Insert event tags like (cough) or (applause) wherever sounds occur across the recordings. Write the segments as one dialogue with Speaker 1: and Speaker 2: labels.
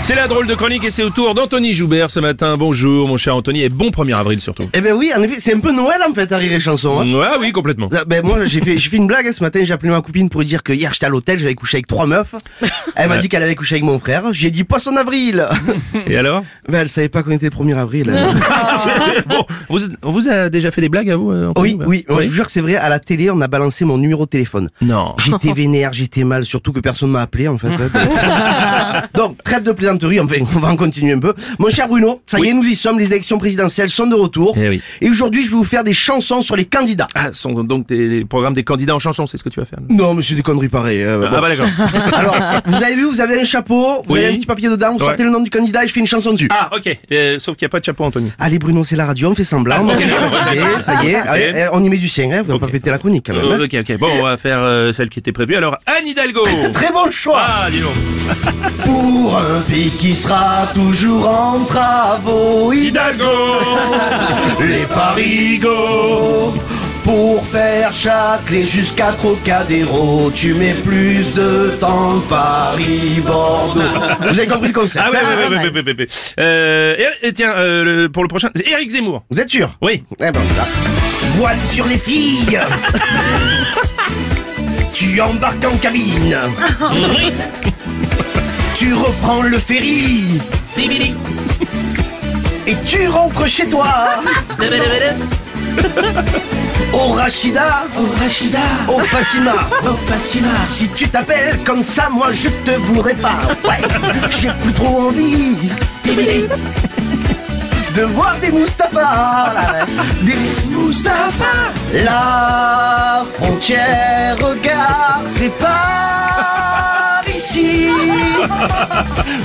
Speaker 1: C'est la drôle de chronique et c'est au tour d'Anthony Joubert ce matin. Bonjour mon cher Anthony et bon 1er avril surtout.
Speaker 2: Eh ben oui, en effet, c'est un peu Noël en fait, à rire et chanson. hein.
Speaker 1: Ouais oui
Speaker 2: (laughs)
Speaker 1: complètement.
Speaker 2: Ah, Ben moi j'ai fait, j'ai fait une blague hein, ce matin, j'ai appelé ma copine pour lui dire que hier j'étais à l'hôtel, j'avais couché avec
Speaker 1: (laughs)
Speaker 2: trois meufs. Elle m'a dit qu'elle avait couché avec mon frère. J'ai dit
Speaker 1: (laughs)
Speaker 2: poisson avril.
Speaker 1: Et alors
Speaker 2: ben elle savait pas qu'on était le 1er avril.
Speaker 1: (laughs) Ah
Speaker 2: hein.
Speaker 1: Bon, vous, on vous a déjà fait des blagues à vous euh, Anthony
Speaker 2: Oui, oui, moi, je vous jure que c'est vrai, à la télé on a balancé mon numéro de téléphone.
Speaker 1: Non. (laughs)
Speaker 2: J'étais vénère, j'étais mal, surtout que personne m'a appelé en fait. hein,
Speaker 1: (laughs)
Speaker 2: donc. Donc, trêve de plaisanterie, enfin, on va en continuer un peu. Mon cher Bruno, ça y est, nous y sommes, les élections présidentielles sont de retour.
Speaker 1: Eh oui.
Speaker 2: Et aujourd'hui je vais vous faire des chansons sur les candidats.
Speaker 1: Ah, ce sont donc des, les programmes des candidats en chanson, c'est ce que tu vas faire. là.
Speaker 2: Non, monsieur des conneries pareilles. euh, Ah bon.
Speaker 1: Ah bah
Speaker 2: (laughs)
Speaker 1: d'accord.
Speaker 2: Alors, vous avez vu, vous avez un chapeau, vous
Speaker 1: Oui.
Speaker 2: avez un petit papier dedans, vous
Speaker 1: Ouais.
Speaker 2: sortez le nom du candidat et je fais une chanson dessus.
Speaker 1: Ah ok, Euh, sauf qu'il n'y a pas de chapeau Anthony.
Speaker 2: Allez Bruno, c'est la radio, on fait semblant,
Speaker 1: Ah,
Speaker 2: on
Speaker 1: ok.
Speaker 2: fait chercher, ça y est, allez, eh, on y met du sien, hein, vous ne
Speaker 1: Ok.
Speaker 2: pas péter la chronique quand même. hein.
Speaker 1: Euh, ok ok, bon on va faire euh, celle qui était prévue. Alors Anne Hidalgo
Speaker 2: (laughs) Très bon choix
Speaker 1: Ah dis donc
Speaker 2: Pour un pays qui sera toujours en travaux,
Speaker 1: Hidalgo Les Parigots
Speaker 2: pour faire chacler jusqu'à Trocadéro, tu mets plus de temps que Paris,
Speaker 1: (laughs)
Speaker 2: Bordeaux. Vous avez compris le concept
Speaker 1: Ah ouais,
Speaker 2: hein
Speaker 1: ouais, ouais, ouais, ouais, ouais, ouais. Euh, et, et tiens, euh, le- pour le prochain, c'est Éric Zemmour.
Speaker 2: Vous êtes sûr
Speaker 1: Oui.
Speaker 2: Eh ben voilà.
Speaker 3: Voile sur les
Speaker 2: (laughs)
Speaker 3: filles Tu embarques en
Speaker 2: (laughs)
Speaker 3: cabine
Speaker 2: Tu reprends le ferry et tu rentres chez toi. (laughs) Au Rachida, au Rachida, au Fatima, (laughs) au Fatima. Si tu t'appelles comme ça, moi je te voudrais pas. Ouais, j'ai plus trop envie. De voir des Mustapha, des Mustapha. La frontière, regarde, c'est par ici.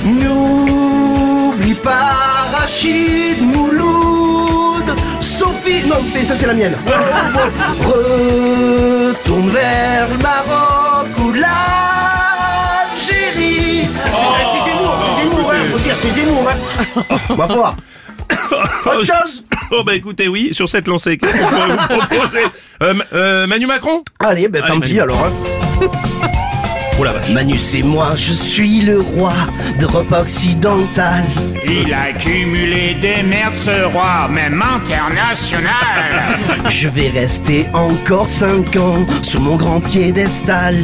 Speaker 2: N'oublie pas Rachid Mouloud Sophie Non putain ça c'est la mienne Retourne vers le Maroc ou l'Algérie C'est c'est Zemmour, c'est Zemmour, hein, faut dire c'est Zemmour hein. On va voir Autre chose
Speaker 1: Oh bah écoutez, oui, sur cette lancée, qu'est-ce qu'on pourrait vous proposer Euh, Ma- euh, Manu Macron
Speaker 2: Allez ben
Speaker 1: Allez,
Speaker 2: tant
Speaker 1: Manu.
Speaker 2: pis alors hein.
Speaker 1: Oh la vache.
Speaker 2: Manu c'est moi, je suis le roi d'Europe occidentale
Speaker 4: Il a cumulé des merdes ce roi, même international.
Speaker 2: (laughs) Je vais rester encore 5 ans sur mon grand piédestal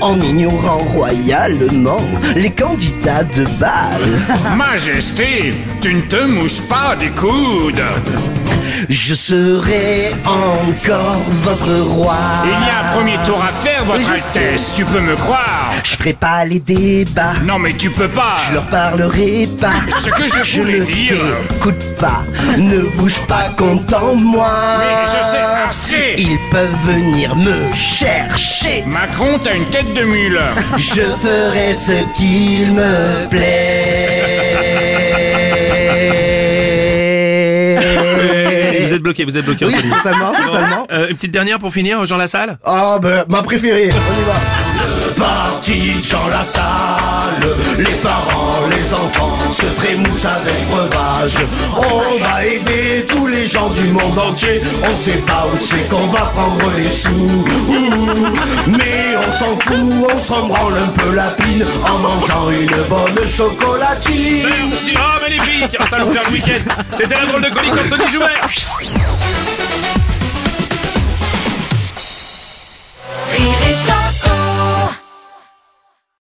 Speaker 2: En ignorant royalement les candidats de balle
Speaker 4: Majesté, tu ne te mouches pas du coude.
Speaker 2: Je serai encore votre roi
Speaker 4: Il y a un premier tour à faire,
Speaker 2: Ah. Oui,
Speaker 4: votre
Speaker 2: je sais.
Speaker 4: Altesse, tu peux me croire.
Speaker 2: Je ferai pas les débats
Speaker 4: Non mais tu peux pas.
Speaker 2: Je leur parlerai pas
Speaker 4: Ce que Ah, je voulais
Speaker 2: ne
Speaker 4: dire.
Speaker 2: t'écoute pas Ne bouge pas content de moi
Speaker 4: Mais je sais, assez.
Speaker 2: Ils peuvent venir me chercher
Speaker 4: Macron, t'as une tête de mule.
Speaker 2: Je ferai ce qu'il me plaît.
Speaker 1: Vous êtes bloqué, vous êtes bloqué.
Speaker 2: Eh. Oui,
Speaker 1: Anthony.
Speaker 2: totalement, totalement.
Speaker 1: Euh, une petite dernière pour finir, Jean Lassalle
Speaker 2: Ah ben, ma préférée, on y va.
Speaker 3: Parti dans la salle, les parents, les enfants se trémoussent avec breuvage. On va aider tous les gens du monde entier. On sait pas où c'est qu'on va prendre les sous. Ouh. Mais on s'en fout, on s'en branle un peu la pine en mangeant une bonne chocolatine.
Speaker 1: Oh, Merci. Ah magnifique Ah, Ça nous fait le week-end C'était la drôle de colique Anthony Joubert